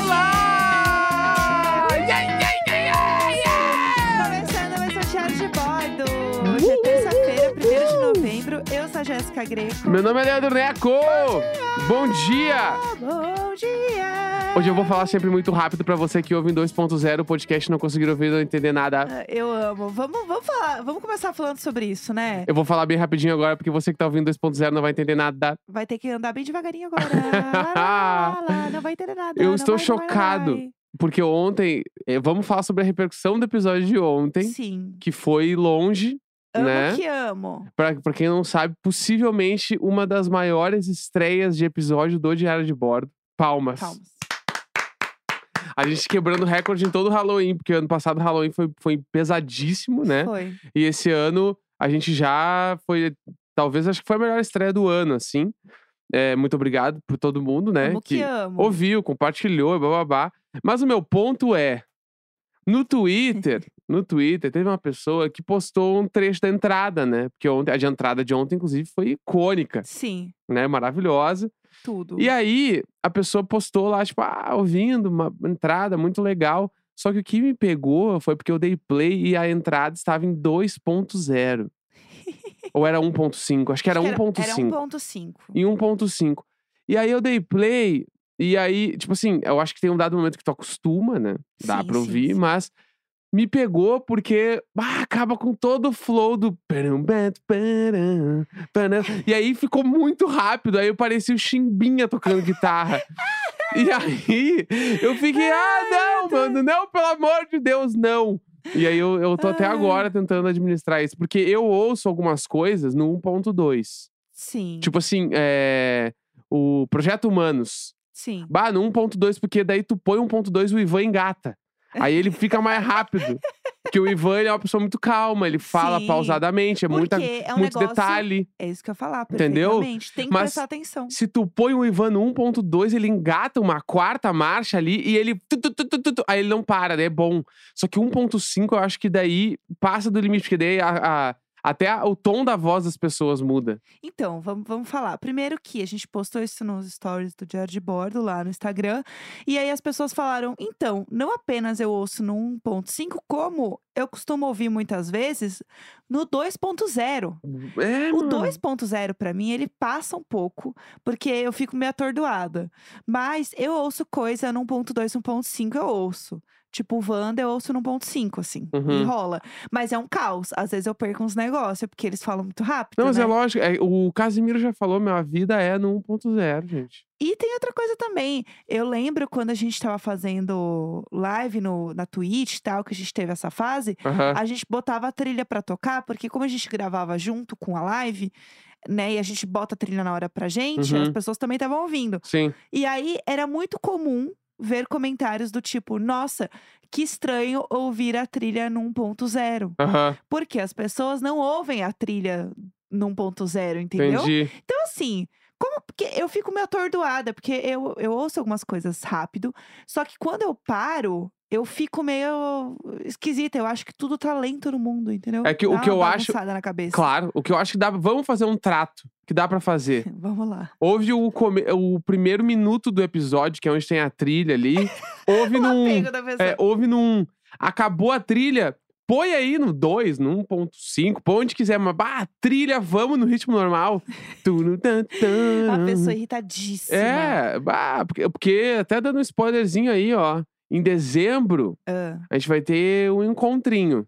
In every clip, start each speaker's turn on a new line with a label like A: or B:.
A: um é Eu sou a Jéssica Greco.
B: Meu nome é Leandro Neco! Bom dia!
A: Bom dia!
B: Hoje eu vou falar sempre muito rápido pra você que ouve em 2.0 o podcast e não conseguir ouvir, não entender nada.
A: Ah, Eu amo. Vamos, vamos falar, vamos começar falando sobre isso, né?
B: Eu vou falar bem rapidinho agora, porque você que tá ouvindo 2.0 não vai entender nada.
A: Vai ter que andar bem devagarinho agora. Lá, lá, lá, lá, não vai entender nada.
B: Eu
A: não
B: estou
A: vai, não vai, não vai.
B: chocado. Porque ontem, eh, vamos falar sobre a repercussão do episódio de ontem,
A: Sim.
B: que foi longe,
A: Amo
B: né?
A: que amo.
B: Pra, pra quem não sabe, possivelmente uma das maiores estreias de episódio do Diário de Bordo. Palmas.
A: Palmas.
B: A gente quebrando recorde em todo o Halloween, porque ano passado o Halloween foi, foi pesadíssimo, né?
A: Foi.
B: E esse ano a gente já foi. Talvez acho que foi a melhor estreia do ano, assim. É, muito obrigado por todo mundo, né?
A: Amo que, amo.
B: ouviu, compartilhou, blá blá blá. Mas o meu ponto é: no Twitter, no Twitter, teve uma pessoa que postou um trecho da entrada, né? Porque ontem, a de entrada de ontem, inclusive, foi icônica,
A: Sim,
B: né? Maravilhosa.
A: tudo.
B: E aí, a pessoa postou lá, tipo, ah, ouvindo, uma entrada muito legal. Só que o que me pegou foi porque eu dei play e a entrada estava em 2.0. Ou era 1.5, acho que era
A: Acho que
B: 1.5
A: Era 1.5.
B: e 1.5. E aí eu dei play, e aí, tipo assim, eu acho que tem um dado momento que tu acostuma, né? Dá
A: Sim,
B: pra
A: sim,
B: ouvir,
A: sim.
B: mas me pegou porque ah, acaba com todo o flow do. peram, bet, peram, peram. E aí ficou muito rápido, aí eu parecia o Chimbinha tocando guitarra. E aí eu fiquei, ah, não, mano, não, pelo amor de Deus, não. E aí eu, eu tô até
A: Ai.
B: agora tentando administrar isso, porque eu ouço algumas coisas no 1.2.
A: Sim.
B: Tipo assim, é... o Projeto Humanos.
A: sim.
B: Bah, no 1.2, porque daí tu põe 1.2 o Ivan engata. Aí ele fica mais rápido. Porque o Ivan ele é uma pessoa muito calma, ele fala
A: Sim.
B: pausadamente, é muita,
A: Porque é um
B: muito
A: negócio.
B: detalhe.
A: É isso que eu ia falar,
B: Entendeu?
A: perfeitamente. Tem que
B: Mas-
A: prestar atenção.
B: Se tu põe o Ivan no 1.2, ele engata uma quarta marcha ali e ele. tu, tu, tu, tu, tu, tu, aí ele não para, né? É bom. Só que o 1.5, eu acho que daí passa do limite, porque daí a- a- até a- o tom da voz das pessoas muda.
A: Então, vamos, vamos falar. Primeiro que a gente postou isso nos stories do Diário de Bordo lá no Instagram. E aí as pessoas falaram: então, não apenas eu ouço no 1.5, como eu costumo ouvir muitas vezes no 2.0.
B: É,
A: O
B: mano.
A: 2.0 pra mim, ele passa um pouco, porque eu fico meio atordoada. Mas eu ouço coisa no 1.2, 1.5 eu ouço. Tipo, o Wanda eu ouço no 1.5, assim, e
B: Uhum.
A: rola. Mas é um caos. Às vezes eu perco uns negócios, porque eles falam muito rápido,
B: Não, mas
A: né?
B: é lógico. é, o Casimiro já falou, minha vida é no 1.0, gente.
A: E tem outra coisa também. Eu lembro quando a gente tava fazendo live no, na Twitch e tal, que a gente teve essa fase,
B: Aham.
A: a gente botava a trilha pra tocar, porque como a gente gravava junto com a live, né, e a gente bota a trilha na hora pra gente, as
B: Uhum.
A: pessoas também estavam ouvindo.
B: Sim.
A: E aí era muito comum ver comentários do tipo: nossa, que estranho ouvir a trilha no 1.0.
B: Aham.
A: Porque as pessoas não ouvem a trilha no 1.0, entendeu?
B: Entendi.
A: Então, assim, como porque eu fico meio atordoada, porque eu, eu ouço algumas coisas rápido, só que quando eu paro, eu fico meio esquisita. Eu acho que tudo tá lento no mundo, entendeu?
B: É que o
A: Dá
B: que
A: uma
B: eu acho-
A: bagunçada na cabeça.
B: Claro. O que eu acho que dá. Vamos fazer um trato que dá pra fazer.
A: Vamos lá.
B: Ouve o, come- o primeiro minuto do episódio, que é onde tem a trilha ali. Ouve
A: O
B: num.
A: apego da pessoa.
B: É, ouve num. Acabou a trilha. Põe aí no 2, no 1.5, põe onde quiser, mas bah, trilha, vamos no ritmo normal. Tunu, tan, tan.
A: Uma pessoa irritadíssima.
B: Uhum. É, bah, porque, porque até dando um spoilerzinho aí, ó. Em dezembro,
A: Ah.
B: a gente vai ter um encontrinho.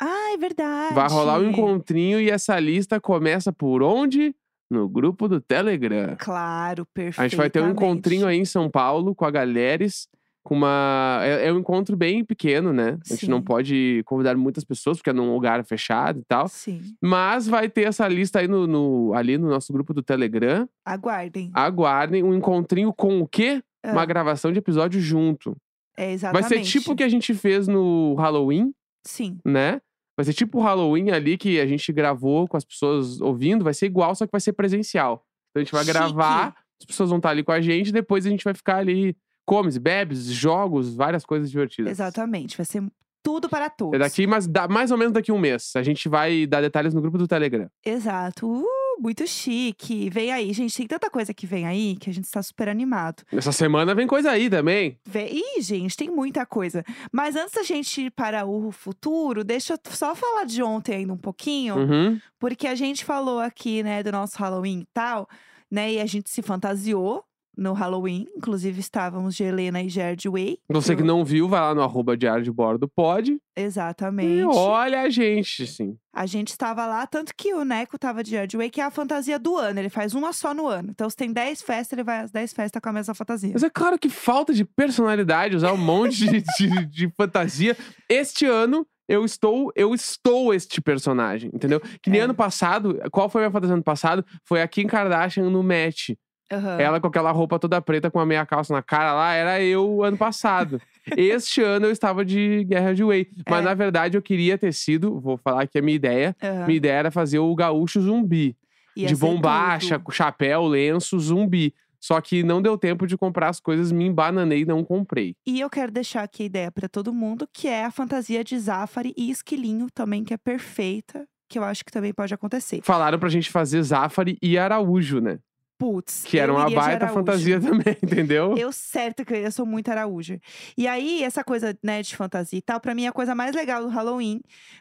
A: Ah, é verdade.
B: Vai rolar um encontrinho e essa lista começa por onde? No grupo do Telegram.
A: Claro, perfeito.
B: A gente vai ter um encontrinho aí em São Paulo com a Galeres. Com uma. É, é um encontro bem pequeno, né? A gente não
A: Sim.
B: pode convidar muitas pessoas, porque é num lugar fechado e tal.
A: Sim.
B: Mas vai ter essa lista aí no- no, ali no nosso grupo do Telegram.
A: Aguardem.
B: Aguardem um encontrinho com o quê?
A: Ah.
B: Uma gravação de episódio junto.
A: É,
B: Vai
A: exatamente.
B: ser tipo o que a gente fez no Halloween,
A: Sim.
B: né? Vai ser tipo o Halloween ali que a gente gravou com as pessoas ouvindo. Vai ser igual, só que vai ser presencial. Então a gente vai
A: Chique.
B: gravar, as pessoas vão estar ali com a gente, depois a gente vai ficar ali. Comes, bebes, jogos, várias coisas divertidas.
A: Exatamente. Vai ser tudo para todos.
B: É daqui, mas dá- mais ou menos daqui a um mês. A gente vai dar detalhes no grupo do Telegram.
A: Exato. Uh, muito chique. Vem aí, gente, tem tanta coisa que vem aí que a gente está super animado.
B: Essa semana vem coisa aí também.
A: Vem... Ih, gente, tem muita coisa. Mas antes da gente ir para o futuro, deixa eu só falar de ontem ainda um pouquinho.
B: Uhum.
A: Porque a gente falou aqui, né, do nosso Halloween e tal, né? E a gente se fantasiou no Halloween. Inclusive, estávamos de Helena e Gerd Way.
B: Você que não viu, vai lá no arroba diário de bordo, pode. E
A: Exatamente.
B: olha a gente, sim.
A: A gente estava lá, tanto que o Neco tava de Gerd Way, que é a fantasia do ano. Ele faz uma só no ano. Então, se tem 10 festas, ele vai às 10 festas com a mesma fantasia.
B: Mas é claro que falta de personalidade usar um monte de, de- de fantasia. Este ano, eu estou, eu estou este personagem, entendeu? Que nem
A: É.
B: ano passado, qual foi a minha fantasia ano passado? Foi a Kim Kardashian no match.
A: Aham.
B: Ela com aquela roupa toda preta, com a meia calça na cara lá, era eu ano passado. este ano eu estava de Guerra de Way. Mas
A: É.
B: na verdade eu queria ter sido, vou falar aqui a minha ideia.
A: Aham.
B: Minha ideia era fazer o gaúcho zumbi.
A: Ia
B: é um de
A: ser
B: bombacha,
A: tudo.
B: com chapéu, lenço, zumbi. Só que não deu tempo de comprar as coisas, me embananei e não comprei.
A: E eu quero deixar aqui a ideia para todo mundo, que é a fantasia de Zafari e Esquilinho também, que é perfeita. Que eu acho que também pode acontecer.
B: Falaram pra gente fazer Zafari e Araújo, né?
A: Putz.
B: Que
A: eu
B: era uma
A: iria de
B: baita
A: Araújo.
B: fantasia também, entendeu?
A: Eu certo que eu sou muito Araújo. E aí, essa coisa, né, de fantasia e tal, pra mim é a coisa mais legal do Halloween.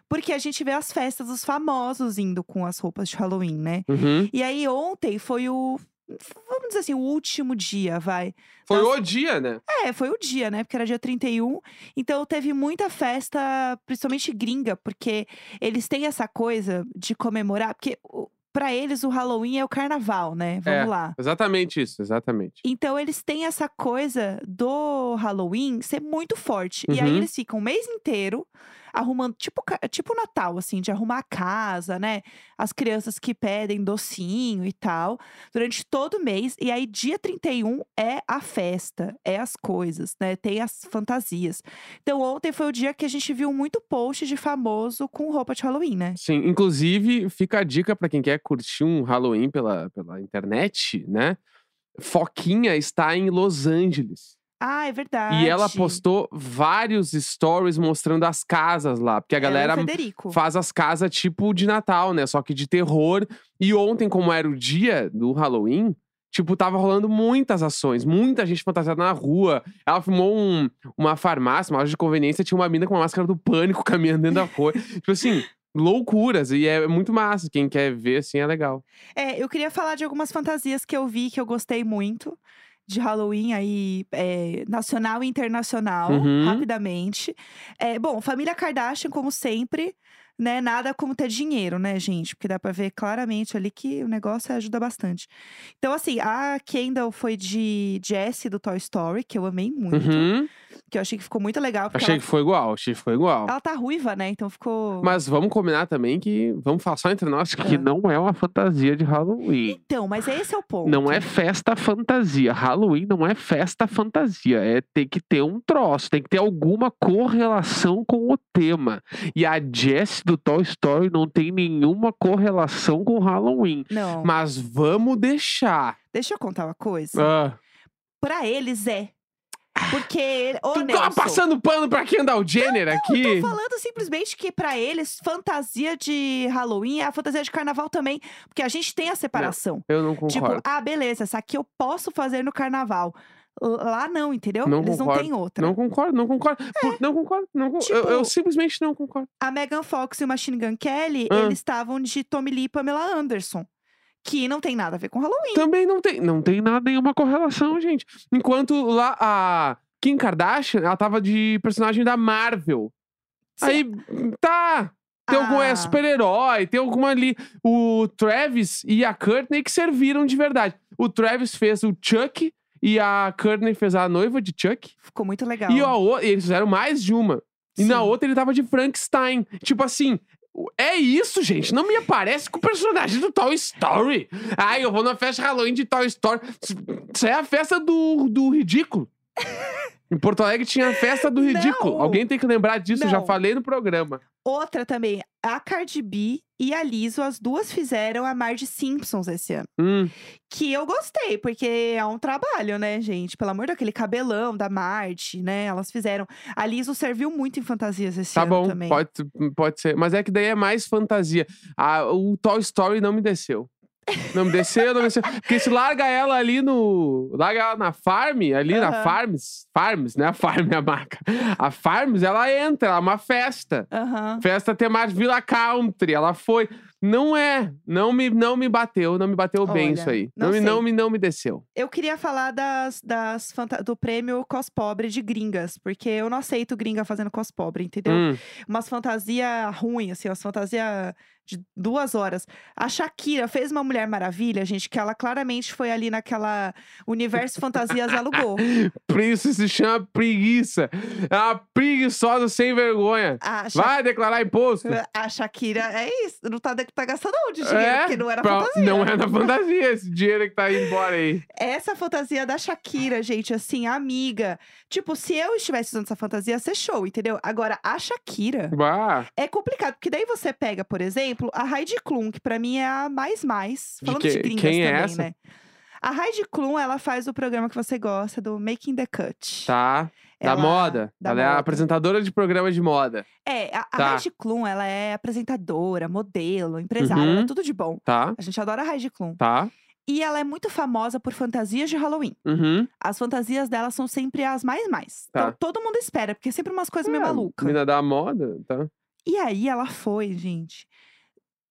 A: Porque a gente vê as festas dos famosos indo com as roupas de Halloween, né?
B: Uhum.
A: E aí, ontem foi o. Vamos dizer assim, o último dia, vai.
B: Foi
A: Nossa.
B: o dia, né?
A: É, foi o dia, né? Porque era dia 31. Então teve muita festa, principalmente gringa, porque eles têm essa coisa de comemorar. Porque o- pra eles o Halloween é o carnaval, né? Vamos
B: É.
A: lá.
B: Exatamente isso, exatamente.
A: Então eles têm essa coisa do Halloween ser muito forte. E aí
B: Uhum.
A: eles ficam o mês inteiro arrumando, tipo, ca- tipo Natal, assim, de arrumar a casa, né? As crianças que pedem docinho e tal, durante todo o mês. E aí dia 31 é a festa, é as coisas, né? Tem as fantasias. Então ontem foi o dia que a gente viu muito post de famoso com roupa de Halloween, né?
B: Sim, inclusive fica a dica pra quem quer curtir um Halloween pela, pela internet, né? Foquinha está em Los Angeles.
A: Ah, é verdade.
B: E ela postou vários stories mostrando as casas lá. Porque a
A: Ela e o
B: galera
A: Federico.
B: faz as casas tipo de Natal, né? Só que de terror. E ontem, como era o dia do Halloween, tipo, tava rolando muitas ações, muita gente fantasiada na rua. Ela filmou um- uma farmácia, uma loja de conveniência, tinha uma mina com uma máscara do pânico caminhando dentro da rua. tipo assim, loucuras. E é muito massa. Quem quer ver, assim, é legal.
A: É, eu queria falar de algumas fantasias que eu vi que eu gostei muito de Halloween aí, é, nacional e internacional,
B: Uhum.
A: rapidamente. É, bom, família Kardashian, como sempre, né? Nada como ter dinheiro, né, gente? Porque dá pra ver claramente ali que o negócio ajuda bastante. Então, assim, a Kendall foi de Jessie do Toy Story, que eu amei muito,
B: Uhum.
A: que eu achei que ficou muito legal, porque
B: Achei
A: ela,
B: que foi igual, achei que foi igual.
A: ela tá ruiva, né? Então ficou.
B: Mas vamos combinar também que vamos falar só entre nós que
A: Ah.
B: não é uma fantasia de Halloween.
A: Então, mas esse é o ponto.
B: Não é festa fantasia. Halloween não é festa fantasia. É tem que ter um troço, tem que ter alguma correlação com o tema. E a Jess do Toy Story não tem nenhuma correlação com Halloween.
A: Não.
B: Mas vamos deixar.
A: Deixa eu contar uma coisa.
B: Ah,
A: Pra eles é. Porque. ele- Ô,
B: tu tá
A: Nelson,
B: passando pano pra Kendall Jenner
A: Tô
B: aqui?
A: falando simplesmente que pra eles, fantasia de Halloween é a fantasia de carnaval também. Porque a gente tem a separação.
B: Eu não
A: tipo,
B: concordo.
A: ah, beleza, essa aqui eu posso fazer no carnaval. L- Lá não, entendeu?
B: Não
A: eles não
B: concordo.
A: têm outra.
B: Não concordo, não concordo. Por- Não concordo, não concordo. Eu, eu
A: É. Tipo-
B: simplesmente não concordo.
A: A Megan Fox e o Machine Gun Kelly,
B: Ah.
A: eles estavam de Tommy Lee e Pamela Anderson. Que não tem nada a ver com Halloween.
B: Também não tem, não tem nada, nenhuma correlação, gente. Enquanto lá a Kim Kardashian, ela tava de personagem da Marvel.
A: Sim.
B: Aí, tá. Tem algum é
A: Ah.
B: super-herói, tem alguma ali. O Travis e a Courtney que serviram de verdade. O Travis fez o Chuck e a Courtney fez a noiva de Chuck.
A: Ficou muito legal.
B: E, a o- e eles fizeram mais de uma. E na
A: Sim.
B: outra ele tava de Frankenstein. Tipo assim, o- é isso, gente. Não me aparece com o personagem do Toy Story. Ai, eu vou na festa Halloween de Toy Story. Isso- Isso é a festa do, do ridículo. em Porto Alegre tinha a festa do ridículo.
A: Não.
B: Alguém tem que lembrar disso, eu já
A: Não.
B: falei no programa.
A: Outra também, a Cardi B e a Lizzo, as duas fizeram a Marge Simpsons esse ano.
B: Hum.
A: Que eu gostei, porque é um trabalho, né, gente? Pelo amor daquele cabelão da Marge, né? Elas fizeram. A Lizzo serviu muito em fantasias esse
B: Tá
A: ano
B: bom,
A: também.
B: pode, pode ser. Mas é que daí é mais fantasia. Ah, o Toy Story não me desceu. Não me desceu, não me desceu. Porque se larga ela ali no. Larga ela na farm, ali na
A: Aham.
B: Farms. Farms, né? A farm é a marca. A Farms, ela entra, ela é uma festa.
A: Aham.
B: Festa temática Vila Country, ela foi. Não é, não me, não me bateu, não me bateu bem
A: Olha,
B: isso aí.
A: não
B: Não, me,
A: sei.
B: não, me, não me desceu.
A: Eu queria falar das, das fanta- do prêmio cospobre de gringas, porque eu não aceito gringa fazendo cospobre, entendeu?
B: Hum.
A: umas fantasia ruim, assim, umas fantasia de duas horas. A Shakira fez uma Mulher Maravilha, gente, que ela claramente foi ali naquela universo fantasias alugou.
B: Isso se chama preguiça. É uma preguiçosa sem vergonha.
A: A, Sha-
B: Vai declarar imposto.
A: Ah, a Shakira é isso, não tá, de- tá gastando onde dinheiro,
B: É,
A: porque não era
B: pra-
A: fantasia.
B: Não era fantasia esse dinheiro que tá indo embora aí.
A: Essa fantasia da Shakira, gente, assim, amiga. Tipo, se eu estivesse usando essa fantasia, ia ser show, entendeu? Agora, a Shakira.
B: Bah,
A: É complicado, porque daí você pega, por exemplo, a Heidi Klum, que pra mim é a mais mais.
B: De
A: Falando de,
B: que-
A: gringas
B: quem é
A: também,
B: essa?
A: né? A Heidi Klum, ela faz o programa que você gosta, do Making the Cut.
B: tá. Da
A: Ela-
B: moda.
A: da
B: Ela é
A: moda.
B: apresentadora de programa de moda.
A: É, a, a
B: Tá.
A: Heidi Klum, ela é apresentadora, modelo, empresária,
B: Uhum.
A: ela é tudo de bom.
B: Tá?
A: A gente adora a Heidi Klum.
B: Tá?
A: E ela é muito famosa por fantasias de Halloween.
B: Uhum.
A: As fantasias dela são sempre as mais mais.
B: Tá.
A: Então todo mundo espera, porque é sempre umas coisas meio
B: É,
A: malucas.
B: Mina da moda, tá?
A: E aí ela foi, gente.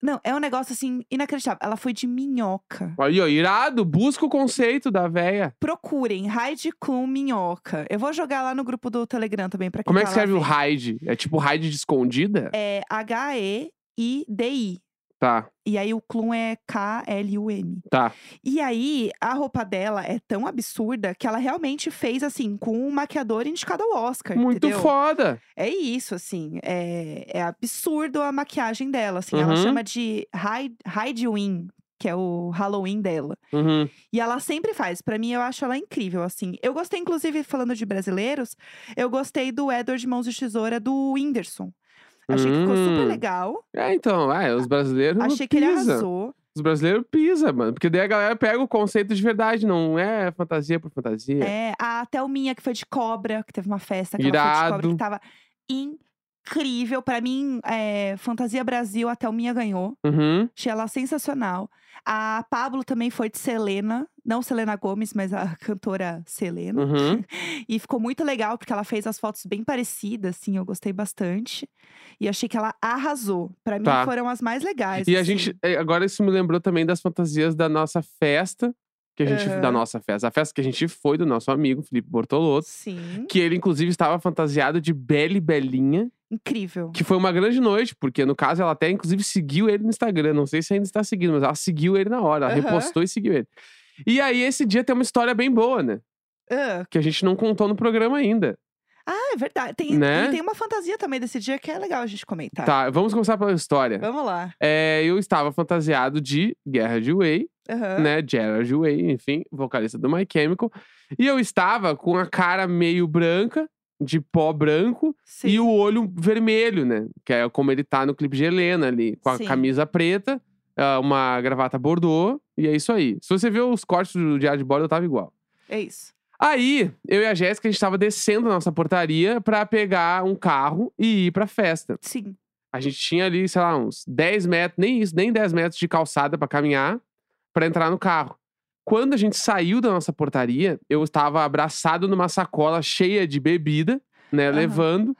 A: Não, é um negócio assim inacreditável. Ela foi de minhoca.
B: Aí, ó, irado, busca o conceito da véia.
A: Procurem Raid Klum Minhoca. Eu vou jogar lá no grupo do Telegram também pra quem
B: Como é que
A: tá
B: escreve o
A: lá vendo.
B: Hyde? É tipo Hyde de escondida?
A: É H-E-I-D-I.
B: Tá,
A: E aí o Klum é K-L-U-M.
B: tá.
A: E aí a roupa dela é tão absurda que ela realmente fez assim, com um maquiador indicado ao Oscar.
B: Muito
A: entendeu?
B: foda.
A: É isso, assim. É, é absurdo a maquiagem dela, assim. Ela
B: Uhum.
A: chama de Hide- Halloween, que é o Halloween dela.
B: Uhum.
A: E ela sempre faz. Pra mim, eu acho ela incrível, assim. Eu gostei, inclusive, falando de brasileiros, eu gostei do Edward Mãos de Tesoura do Whindersson. Achei que ficou super
B: Hum.
A: legal.
B: É, então, ah, os brasileiros.
A: Achei que ele
B: pisa.
A: arrasou.
B: Os brasileiros pisa, mano. Porque daí a galera pega o conceito de verdade, não é fantasia por fantasia.
A: É, a Thelminha, que foi de cobra, que teve uma festa que ela foi de cobra,
B: Irado.
A: que tava incrível. Pra mim, é, Fantasia Brasil, a Thelminha ganhou.
B: Uhum.
A: Achei ela sensacional. A Pablo também foi de Selena, não Selena Gomes, mas a cantora Selena.
B: Uhum.
A: E ficou muito legal, porque ela fez as fotos bem parecidas, assim, eu gostei bastante. E achei que ela arrasou. Pra mim,
B: Tá.
A: foram as mais legais.
B: E a
A: assim.
B: gente. é, Agora isso me lembrou também das fantasias da nossa festa. Que a gente.
A: Aham.
B: Da nossa festa. A festa que a gente foi do nosso amigo, Felipe Bortolotto.
A: Sim,
B: Que ele, inclusive, estava fantasiado de Belle Belinha.
A: incrível.
B: Que foi uma grande noite, porque no caso ela até inclusive seguiu ele no Instagram. Não sei se ainda está seguindo, mas ela seguiu ele na hora. Ela
A: Aham.
B: repostou e seguiu ele. E aí esse dia tem uma história bem boa, né?
A: Ah,
B: Que a gente não contou no programa ainda.
A: ah, é verdade. Tem,
B: Né?
A: E tem uma fantasia também desse dia que é legal a gente comentar.
B: Tá, vamos começar pela história.
A: Vamos lá.
B: É, eu estava fantasiado de Guerra de Way,
A: Aham.
B: né? Gerard Way, enfim, vocalista do My Chemical. E eu estava com a cara meio branca, de pó branco,
A: Sim.
B: e o olho vermelho, né? Que é como ele tá no clipe de Helena ali, com a
A: Sim.
B: camisa preta, ah, uma gravata bordô, e é isso aí. Se você ver os cortes do Diário de Bordo, eu tava igual.
A: É isso.
B: Aí, eu e a Jéssica, a gente tava descendo a nossa portaria pra pegar um carro e ir pra festa.
A: Sim.
B: A gente tinha ali, sei lá, uns 10 metros, nem isso, nem 10 metros de calçada pra caminhar pra entrar no carro. Quando a gente saiu da nossa portaria, eu estava abraçado numa sacola cheia de bebida, né,
A: Aham.
B: levando,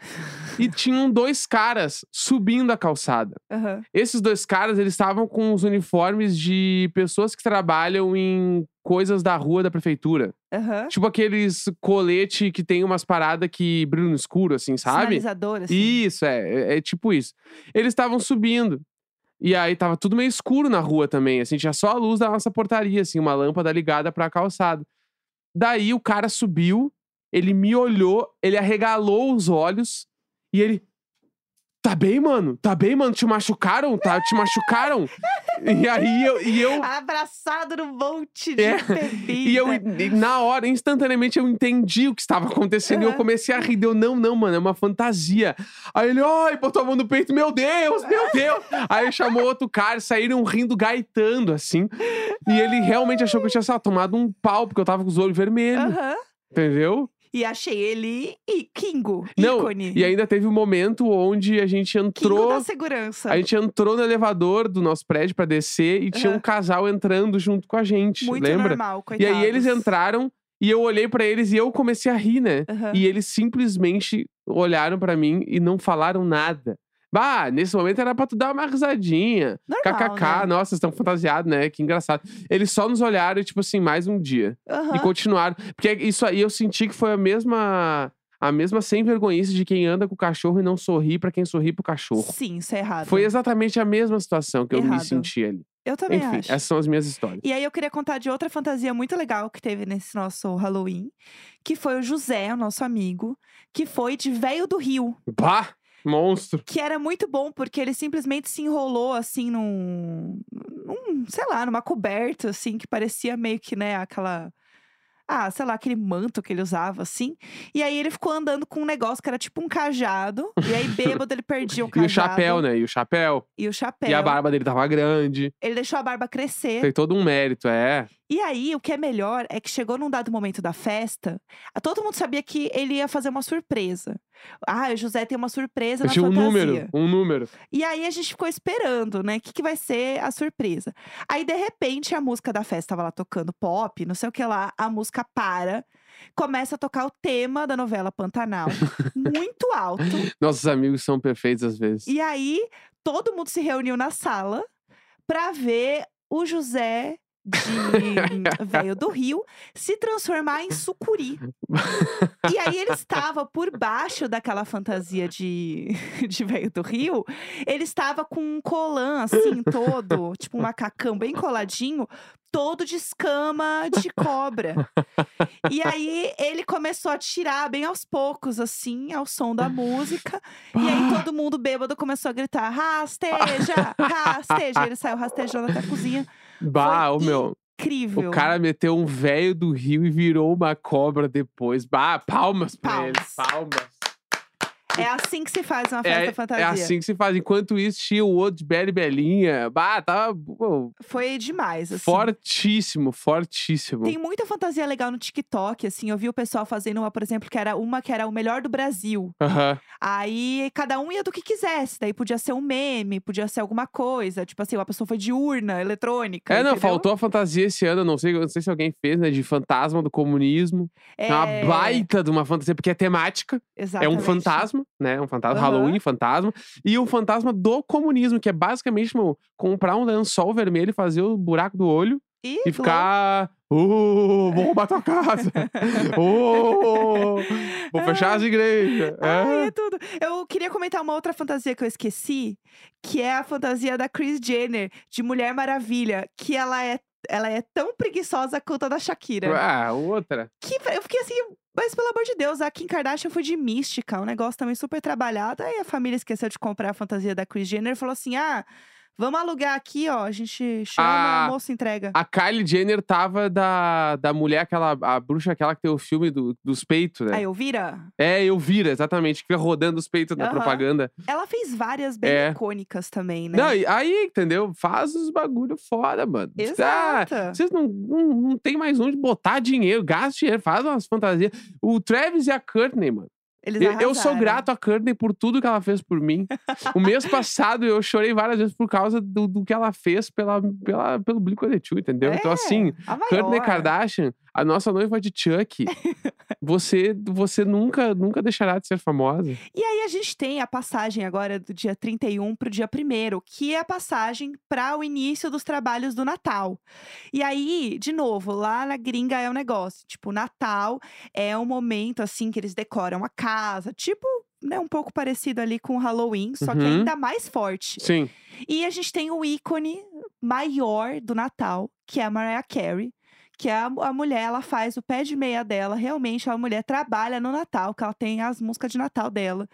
B: e tinham dois caras subindo a calçada.
A: Aham.
B: Esses dois caras, eles estavam com os uniformes de pessoas que trabalham em coisas da rua da prefeitura.
A: Aham.
B: Tipo aqueles colete que tem umas paradas que brilham no escuro, assim, sabe?
A: Sinalizador, assim.
B: Isso, é, é, é tipo isso. Eles estavam subindo. E aí tava tudo meio escuro na rua também, assim, tinha só a luz da nossa portaria, assim, uma lâmpada ligada pra calçada. Daí o cara subiu, ele me olhou, ele arregalou os olhos e ele Tá bem, mano? Tá bem, mano? Te machucaram? Tá, te machucaram? E aí eu e eu
A: Abraçado no monte de
B: É.
A: bebida.
B: e eu, e na hora, instantaneamente, eu entendi o que estava acontecendo. E eu
A: Aham.
B: comecei a rir. Deu, não, não, mano, é uma fantasia. Aí ele, ai, botou a mão no peito, meu Deus, meu Deus. Aí chamou outro cara, saíram rindo, gaitando, assim. E ele realmente achou que eu tinha, sei lá, tomado um pau, porque eu tava com os olhos vermelhos,
A: Aham.
B: entendeu?
A: E achei ele í- Kingo,
B: Não,
A: ícone.
B: E ainda teve um momento onde a gente
A: Kingo
B: entrou.
A: da segurança.
B: A gente entrou no elevador do nosso prédio pra descer e tinha um
A: Aham.
B: casal entrando junto com a gente,
A: Muito
B: lembra?
A: normal,
B: e
A: coitados.
B: aí eles entraram e eu olhei pra eles e eu comecei a rir, né?
A: Aham.
B: E eles simplesmente olharam pra mim e não falaram nada. Bah, nesse momento era pra tu dar uma risadinha.
A: Normal,
B: KKK,
A: né?
B: nossa, vocês estão fantasiados, né? Que engraçado. Eles só nos olharam, tipo assim, mais um dia.
A: Aham.
B: E continuaram. Porque isso aí eu senti que foi a mesma. A mesma sem vergonhice de quem anda com o cachorro e não sorri pra quem sorri pro cachorro.
A: Sim, isso é errado.
B: Foi assim, exatamente a mesma situação que eu me
A: Errado.
B: senti ali.
A: Eu também
B: Enfim,
A: acho.
B: essas são as minhas histórias.
A: E aí eu queria contar de outra fantasia muito legal que teve nesse nosso Halloween, que foi o José, o nosso amigo, que foi de véio do Rio,
B: Bah! Monstro!
A: que era muito bom porque ele simplesmente se enrolou assim num, num, sei lá, numa coberta assim que parecia meio que, né, aquela ah, sei lá, aquele manto que ele usava assim. E aí ele ficou andando com um negócio que era tipo um cajado, e aí bêbado ele perdia o
B: E
A: cajado
B: o chapéu, né? E o chapéu.
A: E o chapéu.
B: E a barba dele tava grande.
A: Ele deixou a barba crescer.
B: Tem todo um mérito, é.
A: E aí, o que é melhor é que chegou num dado momento da festa, a- todo mundo sabia que ele ia fazer uma surpresa. Ah, o José tem é uma surpresa
B: Eu
A: na
B: tinha um
A: fantasia.
B: número, um número.
A: E aí a gente ficou esperando, né? O que, que vai ser a surpresa? Aí, de repente, a música da festa tava lá tocando pop, não sei o que lá, a música para. Começa a tocar o tema da novela Pantanal, muito alto.
B: Nossos amigos são perfeitos às vezes.
A: E aí, todo mundo se reuniu na sala pra ver o José de Velho do Rio se transformar em sucuri. e aí ele estava por baixo daquela fantasia de, de Velho do Rio, ele estava com um colã assim todo, tipo um macacão bem coladinho, todo de escama de cobra. E aí ele começou a tirar bem aos poucos assim, ao som da música. E aí
B: Bah!
A: todo mundo bêbado começou a gritar: rasteja, rasteja. Ele saiu rastejando até a cozinha.
B: Bah, ô meu,
A: Incrível.
B: o cara meteu um velho do rio e virou uma cobra depois. Bah, palmas pra ele.
A: Palmas.
B: Palmas.
A: É assim que se faz uma festa
B: É,
A: fantasia.
B: é assim que se faz. Enquanto isso, tinha o outro de Bela e Belinha. Bah, tava pô,
A: Foi demais, assim.
B: fortíssimo, fortíssimo.
A: Tem muita fantasia legal no TikTok, assim. Eu vi o pessoal fazendo uma, por exemplo, que era uma que era o melhor do Brasil.
B: Aham.
A: Aí cada um ia do que quisesse. Daí podia ser um meme, podia ser alguma coisa. Tipo assim, uma pessoa foi de urna eletrônica.
B: É, não,
A: entendeu?
B: faltou a fantasia esse ano, eu não sei, eu não sei se alguém fez, né? De fantasma do comunismo.
A: É,
B: É uma baita de uma fantasia, porque é temática. É um
A: exatamente.
B: fantasma, né? Um fantasma,
A: Aham.
B: Halloween fantasma. E o fantasma do comunismo, que é basicamente, meu, comprar um lençol vermelho, fazer o buraco do olho
A: E,
B: e ficar. Uh, vou roubar tua casa. Uh, vou fechar as igrejas.
A: Ai,
B: É.
A: é tudo. Eu queria comentar uma outra fantasia que eu esqueci, que é a fantasia da Kris Jenner, de Mulher Maravilha, que ela é, ela é tão preguiçosa quanto a da Shakira.
B: Ah, outra.
A: Que fe- eu fiquei assim, mas pelo amor de Deus, a Kim Kardashian foi de mística, um negócio também super trabalhado. Aí a família esqueceu de comprar a fantasia da Kris Jenner e falou assim: ah, vamos alugar aqui, ó, a gente chama,
B: Ah,
A: a moça entrega.
B: A Kylie Jenner tava da, da mulher, aquela, a bruxa aquela que tem o filme do, dos peitos, né?
A: Aí eu vira.
B: É, eu vira, exatamente, que fica rodando os peitos da
A: Aham.
B: propaganda.
A: Ela fez várias bem
B: É.
A: icônicas também, né?
B: Não, e aí, entendeu? Faz os bagulho fora, mano. Ah,
A: Exato.
B: Vocês não, não, não tem mais onde botar dinheiro, gasta dinheiro, faz umas fantasias. O Travis e a Courtney, mano.
A: Eles
B: Eu, eu sou
A: arrasaram.
B: grato a Courtney por tudo que ela fez por mim. o mês passado eu chorei várias vezes por causa do, do que ela fez pela, pela, pelo Blico entendeu? Então,
A: É,
B: assim,
A: a
B: Courtney
A: maior.
B: Kardashian, a nossa noiva de Chuck, você, você nunca, nunca deixará de ser famosa.
A: E aí a gente tem a passagem agora do dia 31 para o dia 1 que é a passagem para o início dos trabalhos do Natal. E aí, de novo, lá na gringa é um negócio. Tipo, Natal é um momento, assim, que eles decoram a casa. Tipo, né, um pouco parecido ali com o Halloween, só que
B: Uhum.
A: ainda mais forte.
B: Sim.
A: E a gente tem o ícone maior do Natal, que é a Mariah Carey. Que é a, a mulher, ela faz o pé de meia dela. Realmente, a mulher trabalha no Natal, que ela tem as músicas de Natal dela.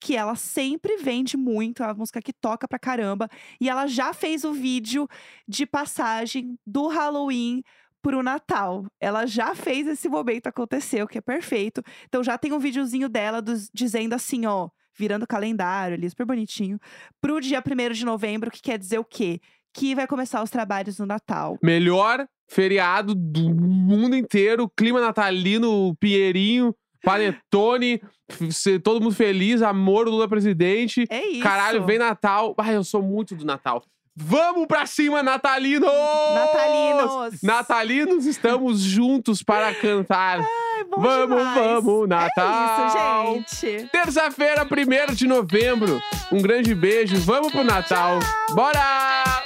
A: Que ela sempre vende muito, é uma música que toca pra caramba. E ela já fez o vídeo de passagem do Halloween pro Natal. Ela já fez esse momento acontecer, o que é perfeito. Então já tem um videozinho dela dos- dizendo assim, ó, virando o calendário ali, super bonitinho, pro dia 1 de novembro, que quer dizer o quê? Que vai começar os trabalhos no Natal.
B: Melhor feriado do mundo inteiro, clima natalino, Pinheirinho. Panetone, f- ser todo mundo feliz, amor, Lula presidente.
A: É isso.
B: Caralho, vem Natal. Ai, eu sou muito do Natal. Vamos pra cima, Natalinos!
A: Natalinos!
B: Natalinos, estamos juntos para cantar.
A: Ai, É bom
B: vamos,
A: demais.
B: vamos, Natal!
A: É isso, gente.
B: Terça-feira, 1 de novembro. Um grande beijo. Vamos pro Natal. Bora!